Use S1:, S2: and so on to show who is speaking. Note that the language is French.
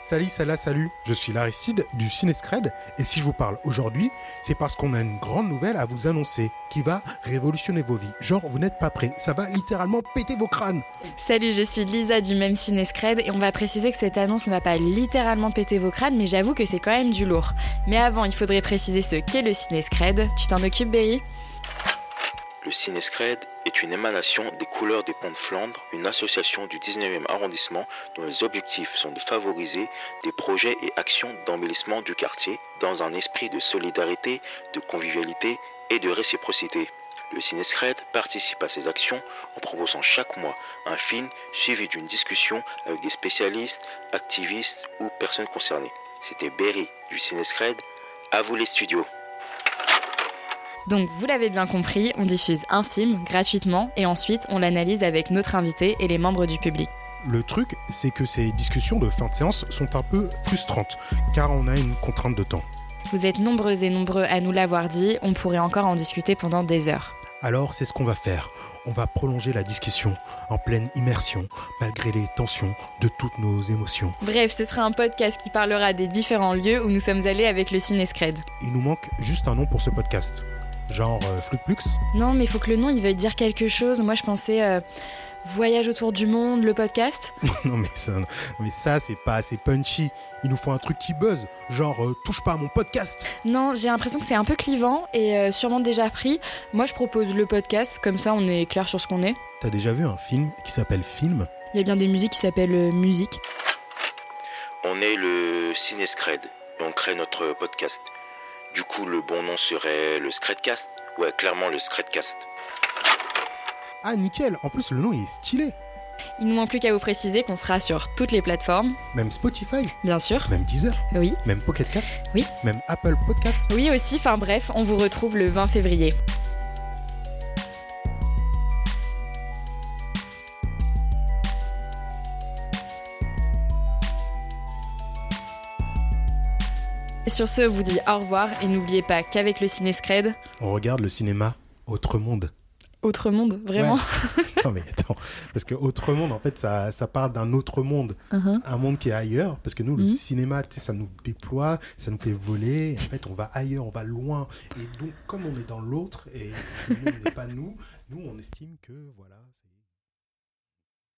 S1: Salut, salut, salut, je suis Laricide du Cinescred et si je vous parle aujourd'hui, c'est parce qu'on a une grande nouvelle à vous annoncer qui va révolutionner vos vies. Genre, vous n'êtes pas prêts, ça va littéralement péter vos crânes.
S2: Salut, je suis Lisa du même Cinescred et on va préciser que cette annonce ne va pas littéralement péter vos crânes, mais j'avoue que c'est quand même du lourd. Mais avant, il faudrait préciser ce qu'est le Cinescred. Tu t'en occupes, Berry
S3: Le Cinescred est une émanation des couleurs des ponts de Flandre, une association du 19e arrondissement dont les objectifs sont de favoriser des projets et actions d'embellissement du quartier dans un esprit de solidarité, de convivialité et de réciprocité. Le Cinescred participe à ces actions en proposant chaque mois un film suivi d'une discussion avec des spécialistes, activistes ou personnes concernées. C'était Berry du Cinescred. À vous les studios.
S2: Donc vous l'avez bien compris, on diffuse un film gratuitement et ensuite on l'analyse avec notre invité et les membres du public.
S1: Le truc, c'est que ces discussions de fin de séance sont un peu frustrantes, car on a une contrainte de temps.
S2: Vous êtes nombreux et nombreux à nous l'avoir dit, on pourrait encore en discuter pendant des heures.
S1: Alors c'est ce qu'on va faire. On va prolonger la discussion en pleine immersion, malgré les tensions de toutes nos émotions.
S2: Bref, ce sera un podcast qui parlera des différents lieux où nous sommes allés avec le Cinescred.
S1: Il nous manque juste un nom pour ce podcast. Genre euh, Flutplux
S2: Non, mais faut que le nom il veuille dire quelque chose. Moi je pensais euh, voyage autour du monde, le podcast.
S1: Non mais ça, non, mais ça c'est pas assez punchy. Il nous faut un truc qui buzz, genre euh, touche pas à mon podcast.
S2: Non, j'ai l'impression que c'est un peu clivant et euh, sûrement déjà pris. Moi je propose le podcast, comme ça on est clair sur ce qu'on est.
S1: T'as déjà vu un film qui s'appelle Film
S2: Il y a bien des musiques qui s'appellent euh, musique.
S3: On est le Cinescred et on crée notre podcast. Du coup, le bon nom serait le Scredcast Ouais, clairement le Scredcast.
S1: Ah nickel, en plus le nom il est stylé.
S2: Il nous manque plus qu'à vous préciser qu'on sera sur toutes les plateformes,
S1: Même Spotify,
S2: bien sûr.
S1: même Deezer,
S2: Oui.
S1: même Pocket Cast,
S2: Oui.
S1: même Apple Podcast.
S2: Oui aussi, enfin bref, on vous retrouve le 20 février. Sur ce, on vous dit au revoir et n'oubliez pas qu'avec le Cinescred,
S1: On regarde le cinéma Autre Monde.
S2: autre monde, vraiment.
S1: Ouais. non mais attends, parce que Autre Monde en fait ça, ça parle d'un autre monde,
S2: Mhm.
S1: un monde qui est ailleurs, parce que nous le
S2: Mhm.
S1: cinéma tu sais ça nous déploie, ça nous fait voler, et en fait on va ailleurs, on va loin, et donc comme on est dans l'autre et que le monde n'est pas nous, nous on estime que voilà. c'est-